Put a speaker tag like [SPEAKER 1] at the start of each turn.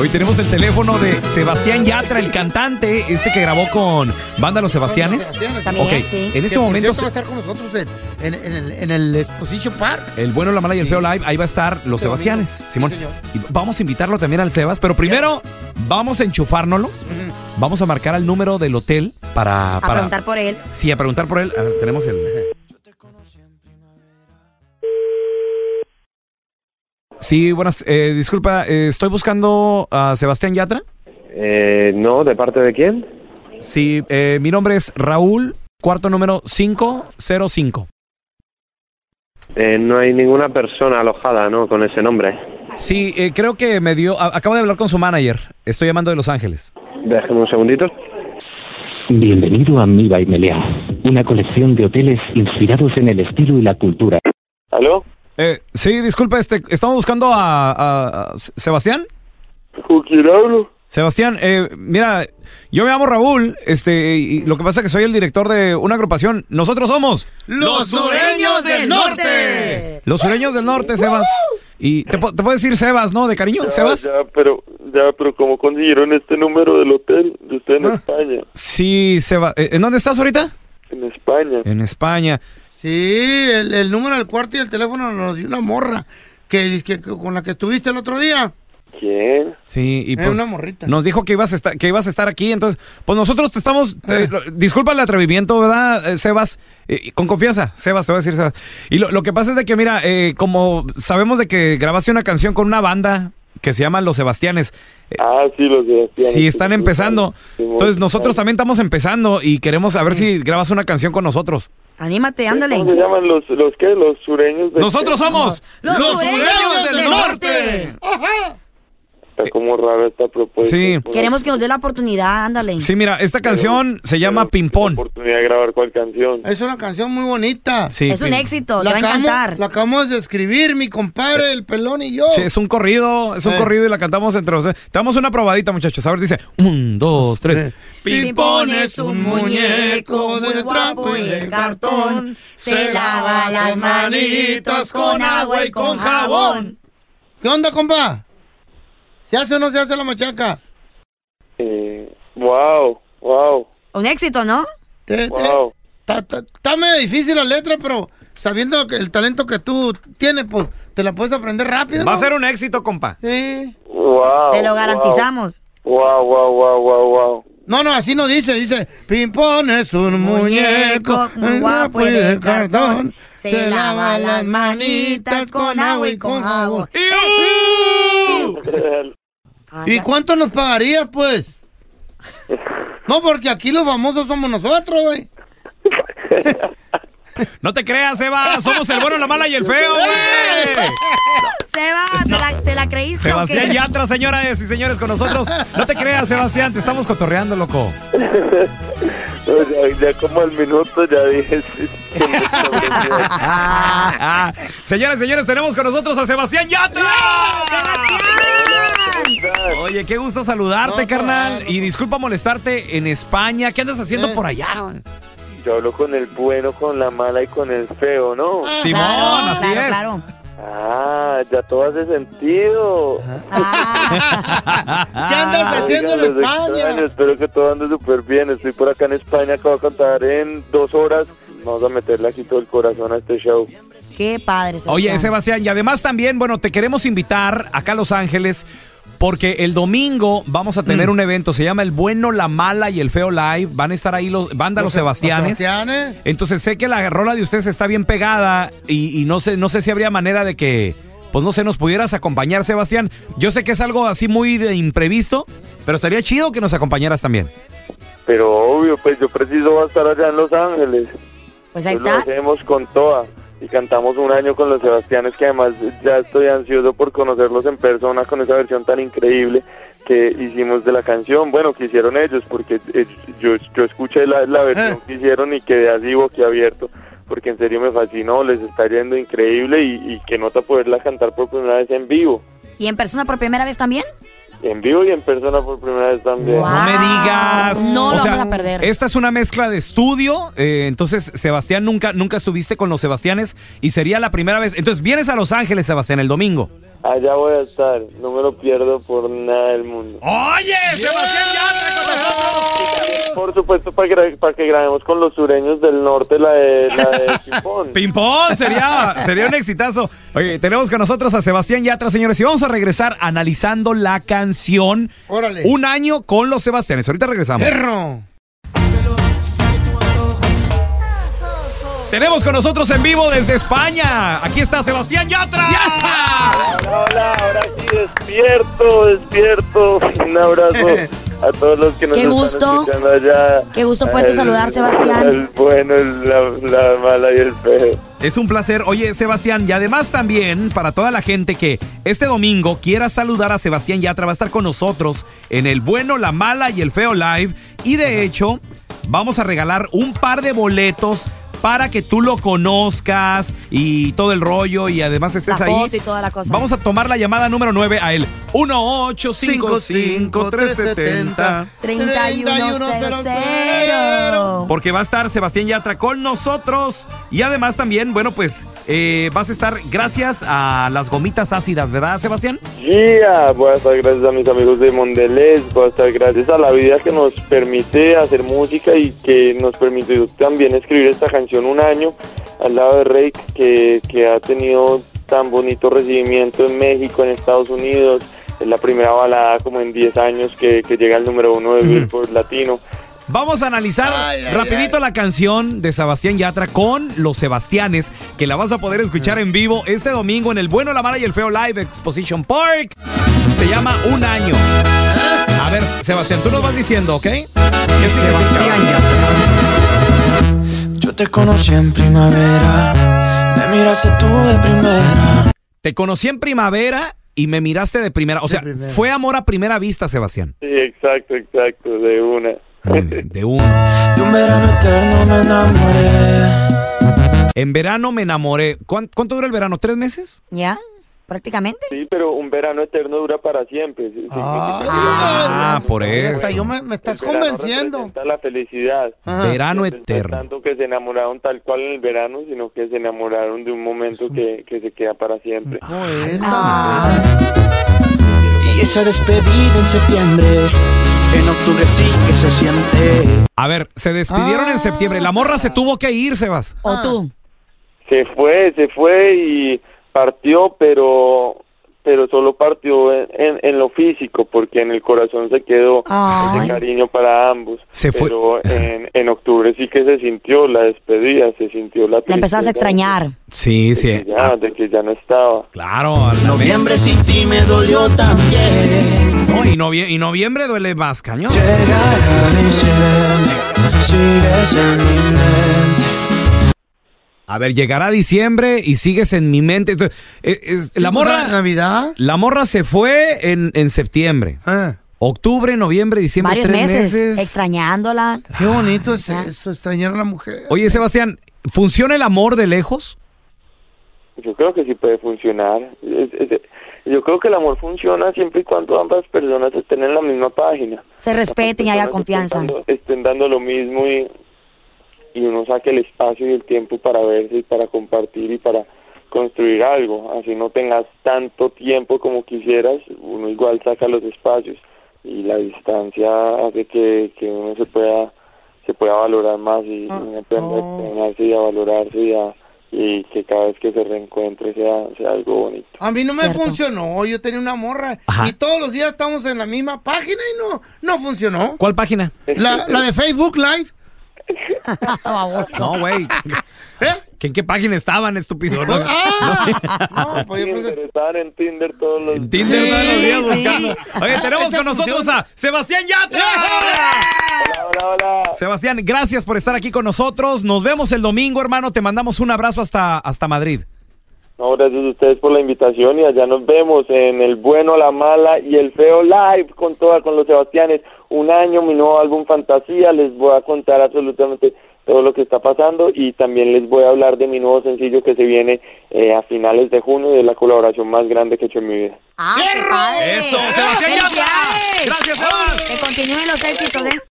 [SPEAKER 1] Hoy tenemos el teléfono de Sebastián Yatra, el cantante, este que grabó con Banda Los Sebastianes.
[SPEAKER 2] También,
[SPEAKER 1] ok,
[SPEAKER 2] sí.
[SPEAKER 1] en este
[SPEAKER 3] Que, por
[SPEAKER 1] momento.
[SPEAKER 3] cierto, va a estar con nosotros en, en- en el, en el Exposition Park.
[SPEAKER 1] El bueno, la mala y el feo live, ahí va a estar los
[SPEAKER 3] Este domingo.
[SPEAKER 1] Sebastianes,
[SPEAKER 3] Sí,
[SPEAKER 1] Simón.
[SPEAKER 3] señor.
[SPEAKER 1] y vamos a invitarlo también al Sebas, pero primero vamos a enchufárnoslo. Vamos a marcar al número del hotel para,
[SPEAKER 2] A
[SPEAKER 1] para-
[SPEAKER 2] preguntar por él.
[SPEAKER 1] Sí, a preguntar por él. A ver, tenemos el Sí, buenas, eh, disculpa, eh, estoy buscando a Sebastián Yatra.
[SPEAKER 4] Eh, no, ¿de parte de quién?
[SPEAKER 1] Sí, eh, mi nombre es Raúl, cuarto número 505.
[SPEAKER 4] Eh, no hay ninguna persona alojada, ¿no? Con ese nombre.
[SPEAKER 1] Sí, eh, creo que me dio. a- acabo de hablar con su manager. Estoy llamando de Los Ángeles.
[SPEAKER 4] Déjeme un segundito.
[SPEAKER 5] Bienvenido a Mi Baimelea, una colección de hoteles inspirados en el estilo y la cultura.
[SPEAKER 4] ¿Aló?
[SPEAKER 1] Eh, sí, disculpa, este, estamos buscando a, a- a S- Sebastián.
[SPEAKER 4] ¿Con quién hablo?
[SPEAKER 1] Sebastián, eh, mira, yo me llamo Raúl, este, y lo que pasa es que soy el director de una agrupación. Nosotros somos
[SPEAKER 3] ¡Los sureños del norte!
[SPEAKER 1] los sureños del norte, Sebas. Y te, pu- te puedes decir Sebas, ¿no? De cariño, Sebas.
[SPEAKER 6] Ya, pero, ya, pero como consiguieron este número del hotel, yo estoy en España,
[SPEAKER 1] Sí, Sebas. ¿En dónde estás ahorita?
[SPEAKER 6] en España.
[SPEAKER 1] En España.
[SPEAKER 3] Sí, el, el número del cuarto y el teléfono nos dio una morra que, que- con la que estuviste el otro día.
[SPEAKER 6] ¿Quién?
[SPEAKER 1] Sí, y pues
[SPEAKER 3] Era una morrita.
[SPEAKER 1] Nos dijo que ibas a estar, que ibas a estar aquí, entonces, pues nosotros te estamos, te- lo- disculpa el atrevimiento, ¿verdad, eh, Sebas? Eh, con confianza, Sebas, te voy a decir, Sebas. Y lo, lo que pasa es de que, mira, eh, como sabemos de que grabaste una canción con una banda que se llama Los Sebastianes, eh,
[SPEAKER 6] Ah, sí, los Sebastián.
[SPEAKER 1] si están empezando, entonces nosotros también estamos empezando y queremos saber si grabas una canción con nosotros.
[SPEAKER 2] Anímate,
[SPEAKER 6] ¿Cómo se
[SPEAKER 2] ándale.
[SPEAKER 6] llaman los, los qué? Los sureños. de-
[SPEAKER 1] Nosotros somos
[SPEAKER 2] Los Sureños del Norte.
[SPEAKER 6] Está como rara esta propuesta.
[SPEAKER 1] Sí.
[SPEAKER 6] Bueno,
[SPEAKER 2] Queremos que nos dé la oportunidad, ándale.
[SPEAKER 1] Sí, mira, esta canción se llama
[SPEAKER 6] pero,
[SPEAKER 1] Pimpón.
[SPEAKER 6] oportunidad de grabar cuál canción.
[SPEAKER 3] Es una canción muy bonita.
[SPEAKER 1] Sí,
[SPEAKER 2] es un
[SPEAKER 1] sí.
[SPEAKER 2] éxito, te va a
[SPEAKER 3] acabamos-
[SPEAKER 2] encantar.
[SPEAKER 3] la acabamos de escribir, mi compadre, el pelón y yo.
[SPEAKER 1] Sí, es un corrido, es un
[SPEAKER 3] Eh.
[SPEAKER 1] corrido y la cantamos entre los... Te damos una probadita, muchachos. A ver, dice... Un, dos, tres.
[SPEAKER 3] Pimpón es un muñeco de trapo y de cartón. Se lava las manitas con agua y con jabón. ¿Qué onda, compa? ¿Se hace o no se hace la machaca?
[SPEAKER 6] Eh, wow, wow,
[SPEAKER 2] Un éxito, ¿no?
[SPEAKER 3] Te- te-
[SPEAKER 6] wow.
[SPEAKER 3] Está está- está medio difícil la letra, pero sabiendo que el talento que tú tienes, pues te la puedes aprender rápido.
[SPEAKER 1] Va a
[SPEAKER 3] ¿no?
[SPEAKER 1] ser un éxito, compa.
[SPEAKER 3] Sí.
[SPEAKER 6] Wow.
[SPEAKER 2] Te lo garantizamos.
[SPEAKER 6] Wow, wow, wow, wow, wow.
[SPEAKER 3] No, no, así no dice, dice, Pimpón es un muñeco, muy guapo y de cartón, se lava las manitas con agua y con jabón. ¿Y cuánto nos pagarías, pues? No, porque aquí los famosos somos nosotros, güey.
[SPEAKER 1] No te creas, Eva. Somos el bueno, la mala y el feo, güey.
[SPEAKER 2] Seba, ¿te, la, ¿te la creíste? o
[SPEAKER 1] Sebastián
[SPEAKER 2] qué?
[SPEAKER 1] Yatra, señoras y señores, con nosotros. No te creas, Sebastián. Te estamos cotorreando, loco.
[SPEAKER 6] No, ya, ya como al minuto ya dije. sí, que me estableció.
[SPEAKER 1] Ah, ah. Señoras y señores, tenemos con nosotros a Sebastián Yatra.
[SPEAKER 2] ¡Sebastián!
[SPEAKER 1] Oye, qué gusto saludarte,
[SPEAKER 3] No,
[SPEAKER 1] carnal.
[SPEAKER 3] claro.
[SPEAKER 1] Y disculpa molestarte en España. ¿Qué andas haciendo
[SPEAKER 3] Eh.
[SPEAKER 1] por allá?
[SPEAKER 6] Yo hablo con el bueno, con la mala y con el feo, ¿no?
[SPEAKER 1] Simón,
[SPEAKER 2] Claro,
[SPEAKER 1] así
[SPEAKER 2] claro,
[SPEAKER 1] es.
[SPEAKER 2] claro.
[SPEAKER 6] Ah, ya todo hace sentido.
[SPEAKER 2] Ah,
[SPEAKER 3] ¿Qué andas haciendo en
[SPEAKER 6] Oigan, los extraño,
[SPEAKER 3] España?
[SPEAKER 6] Ah, espero que todo ande súper bien. Estoy por acá en España, acabo de cantar en dos horas. Vamos a meterle aquí todo el corazón a este show.
[SPEAKER 2] qué padre,
[SPEAKER 1] Oye, Sebastián, y además también, bueno, te queremos invitar acá a Los Ángeles porque el domingo vamos a tener
[SPEAKER 3] Mm.
[SPEAKER 1] un evento, se llama El Bueno, la Mala y el Feo Live. Van a estar ahí los banda Los, Sebastianes.
[SPEAKER 3] Sebastianes.
[SPEAKER 1] Entonces sé que la rola de ustedes está bien pegada y, y no sé, no sé si habría manera de que, pues no sé, nos pudieras acompañar, Sebastián. Yo sé que es algo así muy de imprevisto, pero estaría chido que nos acompañaras también.
[SPEAKER 6] Pero obvio, pues yo preciso va a estar allá en Los Ángeles.
[SPEAKER 2] Pues ahí
[SPEAKER 6] Pues lo
[SPEAKER 2] está.
[SPEAKER 6] hacemos con toda. Y cantamos un año con los Sebastianes, que además ya estoy ansioso por conocerlos en persona con esa versión tan increíble que hicimos de la canción. Bueno, que hicieron ellos, porque eh, yo, yo escuché la, la versión
[SPEAKER 3] Eh.
[SPEAKER 6] que hicieron y quedé así boquiabierto, porque en serio me fascinó, les está yendo increíble y, y que nota poderla cantar por primera vez en vivo.
[SPEAKER 2] ¿Y en persona por primera vez también?
[SPEAKER 6] En vivo y en persona por primera vez también.
[SPEAKER 2] Guau.
[SPEAKER 1] No me
[SPEAKER 2] Ah,
[SPEAKER 1] digas.
[SPEAKER 2] no
[SPEAKER 1] o
[SPEAKER 2] lo
[SPEAKER 1] sea,
[SPEAKER 2] vamos a perder.
[SPEAKER 1] Esta es una mezcla de estudio. eh, entonces, Sebastián, nunca, nunca estuviste con los Sebastianes y sería la primera vez. Entonces, vienes a Los Ángeles, Sebastián, el domingo.
[SPEAKER 6] Allá voy a estar, no me lo pierdo por nada del mundo.
[SPEAKER 1] ¡Oye! ¡Sebastián Yatra con nosotros!
[SPEAKER 6] Por supuesto, para que, gra- para que grabemos con los sureños del norte la de, la de Chimpón.
[SPEAKER 1] ¡Pimpón! Sería, sería un exitazo. Oye, tenemos con nosotros a Sebastián Yatra, señores, y vamos a regresar analizando la canción
[SPEAKER 3] Órale.
[SPEAKER 1] Un año con los Sebastianes. Ahorita regresamos.
[SPEAKER 3] ¡Perro!
[SPEAKER 1] Tenemos con nosotros en vivo desde España. Aquí está Sebastián Yatra.
[SPEAKER 6] Hola, ahora sí despierto, despierto. Un abrazo a todos los que nos
[SPEAKER 2] Qué
[SPEAKER 6] están
[SPEAKER 2] gusto.
[SPEAKER 6] escuchando allá.
[SPEAKER 2] Qué gusto poderte
[SPEAKER 6] El-
[SPEAKER 2] saludar, Sebastián.
[SPEAKER 6] El bueno, el- la, la mala y el feo.
[SPEAKER 1] Es un placer. Oye, Sebastián, y además también para toda la gente que este domingo quiera saludar a Sebastián Yatra, va a estar con nosotros en el bueno, la mala y el feo live. Y de hecho, vamos a regalar un par de boletos para que tú lo conozcas y todo el rollo y además estés
[SPEAKER 2] La
[SPEAKER 1] ahí.
[SPEAKER 2] foto y toda la cosa.
[SPEAKER 1] Vamos a tomar la llamada número 9 a él. 1855370.
[SPEAKER 2] 3100.
[SPEAKER 1] Porque va a estar Sebastián Yatra con nosotros. Y además también, bueno, pues eh, vas a estar gracias a las gomitas ácidas, ¿verdad, Sebastián?
[SPEAKER 6] Yeah, voy a estar gracias a mis amigos de Mondelez, voy a estar gracias a la vida que nos permite hacer música y que nos permitió también escribir esta canción un año al lado de Rake, que, que ha tenido tan bonito recibimiento en México, en Estados Unidos. Es la primera balada como en 10 años que, que llega al número uno de Billboard Latino.
[SPEAKER 1] Vamos a analizar
[SPEAKER 3] Ay, ay,
[SPEAKER 1] rapidito
[SPEAKER 3] ay.
[SPEAKER 1] la canción de Sebastián Yatra con los Sebastianes, que la vas a poder escuchar en vivo este domingo en el Bueno, la Mala y el Feo Live Exposition Park. Se llama Un Año. A ver, Sebastián, tú nos vas diciendo, ¿ok? Sebastián
[SPEAKER 7] Yo te conocí en primavera, me miraste tú de primera.
[SPEAKER 1] Te conocí en primavera y me miraste de primera. O sea,
[SPEAKER 3] primera.
[SPEAKER 1] fue amor a primera vista, Sebastián.
[SPEAKER 6] Sí, exacto, exacto, de una.
[SPEAKER 1] Muy bien, Mm, De uno.
[SPEAKER 7] De un verano eterno me enamoré.
[SPEAKER 1] En verano me enamoré. ¿Cuán- ¿Cuánto dura el verano? ¿Tres meses?
[SPEAKER 2] ¿Ya? ¿Prácticamente?
[SPEAKER 6] Sí, pero un verano eterno dura para siempre. Sí, significa-
[SPEAKER 1] Ah, por eso.
[SPEAKER 3] Neta, yo me, me estás
[SPEAKER 6] El verano
[SPEAKER 3] convenciendo.
[SPEAKER 6] representa la felicidad.
[SPEAKER 3] Ajá.
[SPEAKER 1] Verano
[SPEAKER 6] No pensé
[SPEAKER 1] eterno.
[SPEAKER 6] Ah, Tanto que se enamoraron tal cual en el verano, sino que se enamoraron de un momento que, que se queda para siempre.
[SPEAKER 1] Mm.
[SPEAKER 3] No, esta
[SPEAKER 2] Ah,
[SPEAKER 7] Y esa despedida en septiembre, en octubre sí que se siente.
[SPEAKER 1] A ver, se despidieron en
[SPEAKER 3] Ah.
[SPEAKER 1] septiembre. La morra se tuvo que ir, Sebas.
[SPEAKER 2] ¿O tú?
[SPEAKER 6] Se fue, se fue y partió, pero pero solo partió en, en- en lo físico, porque en el corazón se quedó
[SPEAKER 2] Ay.
[SPEAKER 6] ese cariño para ambos.
[SPEAKER 1] Se fue.
[SPEAKER 6] Pero en, en octubre sí que se sintió la despedida, se sintió la
[SPEAKER 2] La empezabas a
[SPEAKER 6] tristeza
[SPEAKER 2] extrañar.
[SPEAKER 1] Sí, sí. Ah,
[SPEAKER 6] de que ya- de que ya no estaba.
[SPEAKER 1] Claro, al
[SPEAKER 7] Noviembre sin ti me dolió también.
[SPEAKER 1] No, y, novie- y noviembre duele más, cañón.
[SPEAKER 7] Llegará diciembre, sigues en mi mente.
[SPEAKER 1] A ver, llegará diciembre y sigues en mi mente. Entonces, eh, es- la
[SPEAKER 3] ¿Es
[SPEAKER 1] morra,
[SPEAKER 3] Navidad.
[SPEAKER 1] la morra se fue en, en septiembre.
[SPEAKER 3] Ah,
[SPEAKER 1] Octubre, noviembre, diciembre,
[SPEAKER 2] Varios
[SPEAKER 1] tres
[SPEAKER 2] meses,
[SPEAKER 1] meses.
[SPEAKER 2] extrañándola.
[SPEAKER 3] qué bonito es
[SPEAKER 2] Ah.
[SPEAKER 3] eso, extrañar a la mujer.
[SPEAKER 1] Oye, Sebastián, ¿funciona el amor de lejos?
[SPEAKER 6] Yo creo que sí puede funcionar. Es- es- yo creo que el amor funciona siempre y cuando ambas personas estén en la misma página.
[SPEAKER 2] Se respeten y haya
[SPEAKER 6] Personas
[SPEAKER 2] confianza.
[SPEAKER 6] Estén dando, estén dando lo mismo y, y uno saque el espacio y el tiempo para verse y para compartir y para construir algo. Así no tengas tanto tiempo como quisieras, uno igual saca los espacios y la distancia hace que, que uno se pueda se pueda valorar más y,
[SPEAKER 3] Ah,
[SPEAKER 6] y aprender
[SPEAKER 3] oh.
[SPEAKER 6] a extrañarse y a valorarse y, a- y que cada vez que se reencuentre sea, sea algo bonito.
[SPEAKER 3] A mí no me
[SPEAKER 2] Cierto.
[SPEAKER 3] funcionó, yo tenía una morra
[SPEAKER 1] Ajá.
[SPEAKER 3] y todos los días estamos en la misma página y no, no funcionó.
[SPEAKER 1] ¿Cuál página?
[SPEAKER 3] La, la de Facebook Live,
[SPEAKER 1] No, güey.
[SPEAKER 3] ¿eh?
[SPEAKER 1] ¿En qué página estaban, estúpido? No.
[SPEAKER 3] ¡Ah! No, pues yo
[SPEAKER 6] Sí,
[SPEAKER 3] pensé-
[SPEAKER 6] pero estaban en Tinder todos los
[SPEAKER 1] En Tinder
[SPEAKER 3] Sí,
[SPEAKER 1] todos los días
[SPEAKER 3] sí.
[SPEAKER 1] buscando. Oye, tenemos
[SPEAKER 3] Esa
[SPEAKER 1] con nosotros
[SPEAKER 3] funciona.
[SPEAKER 1] a Sebastián Yatra.
[SPEAKER 6] Hola, hola.
[SPEAKER 1] Sebastián, gracias por estar aquí con nosotros. Nos vemos el domingo, hermano. Te mandamos un abrazo hasta, hasta Madrid.
[SPEAKER 6] No, gracias a ustedes por la invitación y allá nos vemos en el bueno, la mala y el feo live con toda con los Sebastianes. Un año, mi nuevo álbum Fantasía, les voy a contar absolutamente todo lo que está pasando y también les voy a hablar de mi nuevo sencillo que se viene eh, a finales de junio y de la colaboración más grande que he hecho en mi vida.
[SPEAKER 2] ¡Ah, qué padre!
[SPEAKER 1] Eso, Sebastián Yatra.
[SPEAKER 2] ¡Felicidades!
[SPEAKER 1] Gracias, Sebas.
[SPEAKER 2] Que continúen los éxitos, ¿eh?